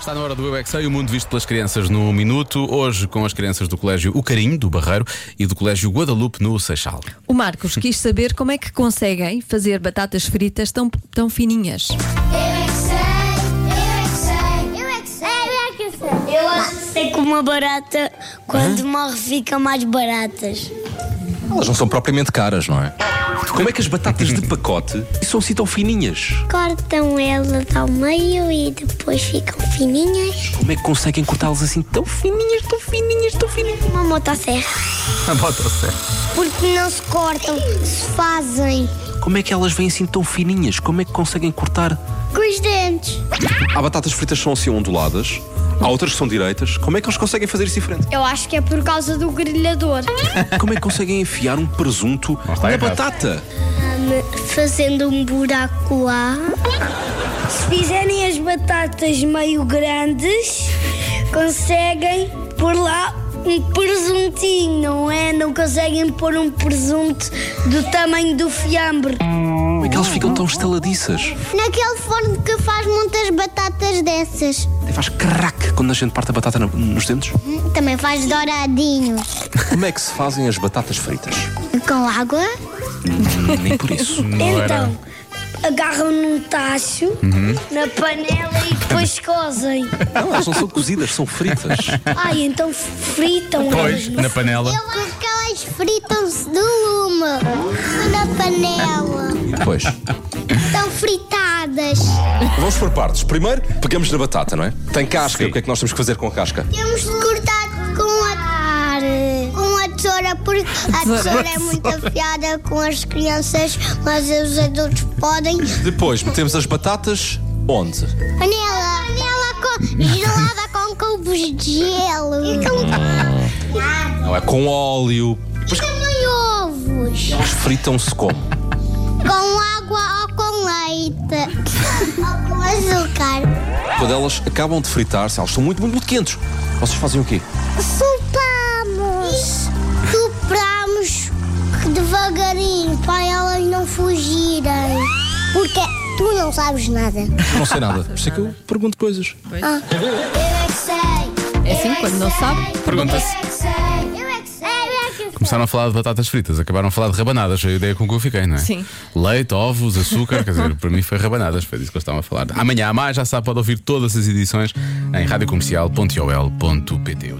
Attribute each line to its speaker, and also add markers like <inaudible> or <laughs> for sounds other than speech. Speaker 1: Está na hora do Eu é que Sei, o mundo visto pelas crianças no minuto. Hoje com as crianças do Colégio O Carinho, do Barreiro, e do Colégio Guadalupe, no Seixal.
Speaker 2: O Marcos quis saber como é que conseguem fazer batatas fritas tão, tão fininhas.
Speaker 3: Eu é que sei, eu é que sei, eu é que sei, eu é que sei. Eu
Speaker 4: Sei que uma barata, quando morre, fica mais baratas.
Speaker 5: Elas não são propriamente caras, não é? Como é que as batatas de pacote são assim tão fininhas?
Speaker 4: Cortam elas ao meio e depois ficam fininhas.
Speaker 5: Como é que conseguem cortá-las assim tão fininhas, tão fininhas, tão fininhas?
Speaker 4: Uma motosserra.
Speaker 1: Bota certo.
Speaker 4: Porque não se cortam, se fazem
Speaker 5: Como é que elas vêm assim tão fininhas? Como é que conseguem cortar?
Speaker 4: com os dentes.
Speaker 5: Há batatas fritas que são assim onduladas, há outras que são direitas. Como é que eles conseguem fazer isso diferente?
Speaker 4: Eu acho que é por causa do grelhador.
Speaker 5: <laughs> Como é que conseguem enfiar um presunto na
Speaker 1: errado.
Speaker 5: batata?
Speaker 4: Fazendo um buraco lá. Se fizerem as batatas meio grandes, conseguem pôr lá um presuntinho, não é? Não conseguem pôr um presunto do tamanho do fiambre.
Speaker 5: Como é que elas ficam tão estaladiças?
Speaker 4: Naquele forno que faz muitas batatas dessas.
Speaker 5: Até faz crack quando a gente parte a batata na- nos dentes.
Speaker 4: Também faz douradinhos.
Speaker 5: Como é que se fazem as batatas fritas?
Speaker 4: Com água?
Speaker 5: Nem por isso.
Speaker 1: Não era.
Speaker 4: Então, agarram num tacho, na panela e <laughs> depois cozem.
Speaker 5: Não, elas não são cozidas, são <laughs> fritas.
Speaker 4: Ai, então fritam
Speaker 1: Pois,
Speaker 4: elas.
Speaker 1: na <laughs> panela.
Speaker 4: acho que elas fritam-se de lume na panela.
Speaker 5: E depois?
Speaker 4: Estão fritadas.
Speaker 5: Vamos por partes. Primeiro, pegamos na batata, não é? Tem casca. O que é que nós temos que fazer com a casca?
Speaker 4: Temos de cortar com a, com a tesoura, porque a tesoura é muito afiada com as crianças, mas os adultos podem.
Speaker 5: Depois, metemos as batatas onde?
Speaker 4: Panela. Panela com, gelada com cubos de gelo. E com
Speaker 5: Não é com óleo. Depois,
Speaker 4: também ovos.
Speaker 5: elas fritam-se como?
Speaker 4: Com água ou com leite. ou com açúcar.
Speaker 5: Quando elas acabam de fritar-se, elas estão muito, muito, muito quentes. Vocês fazem o quê?
Speaker 4: Sopramos. Sopramos devagarinho para elas não fugirem. Porque tu não sabes nada.
Speaker 5: Não sei nada. Por isso é que eu pergunto coisas.
Speaker 4: Eu é que sei.
Speaker 2: É assim, quando não sabe,
Speaker 1: pergunta-se.
Speaker 4: Eu é que sei. Eu é que sei. Eu é que sei.
Speaker 1: Começaram a falar de batatas fritas, acabaram a falar de rabanadas, foi a ideia com que eu fiquei, não é?
Speaker 2: Sim.
Speaker 1: Leite, ovos, açúcar, quer dizer, para mim foi rabanadas, foi disso que eles estavam a falar. Amanhã a mais, já sabe, pode ouvir todas as edições em radiocomercial.ol.pt.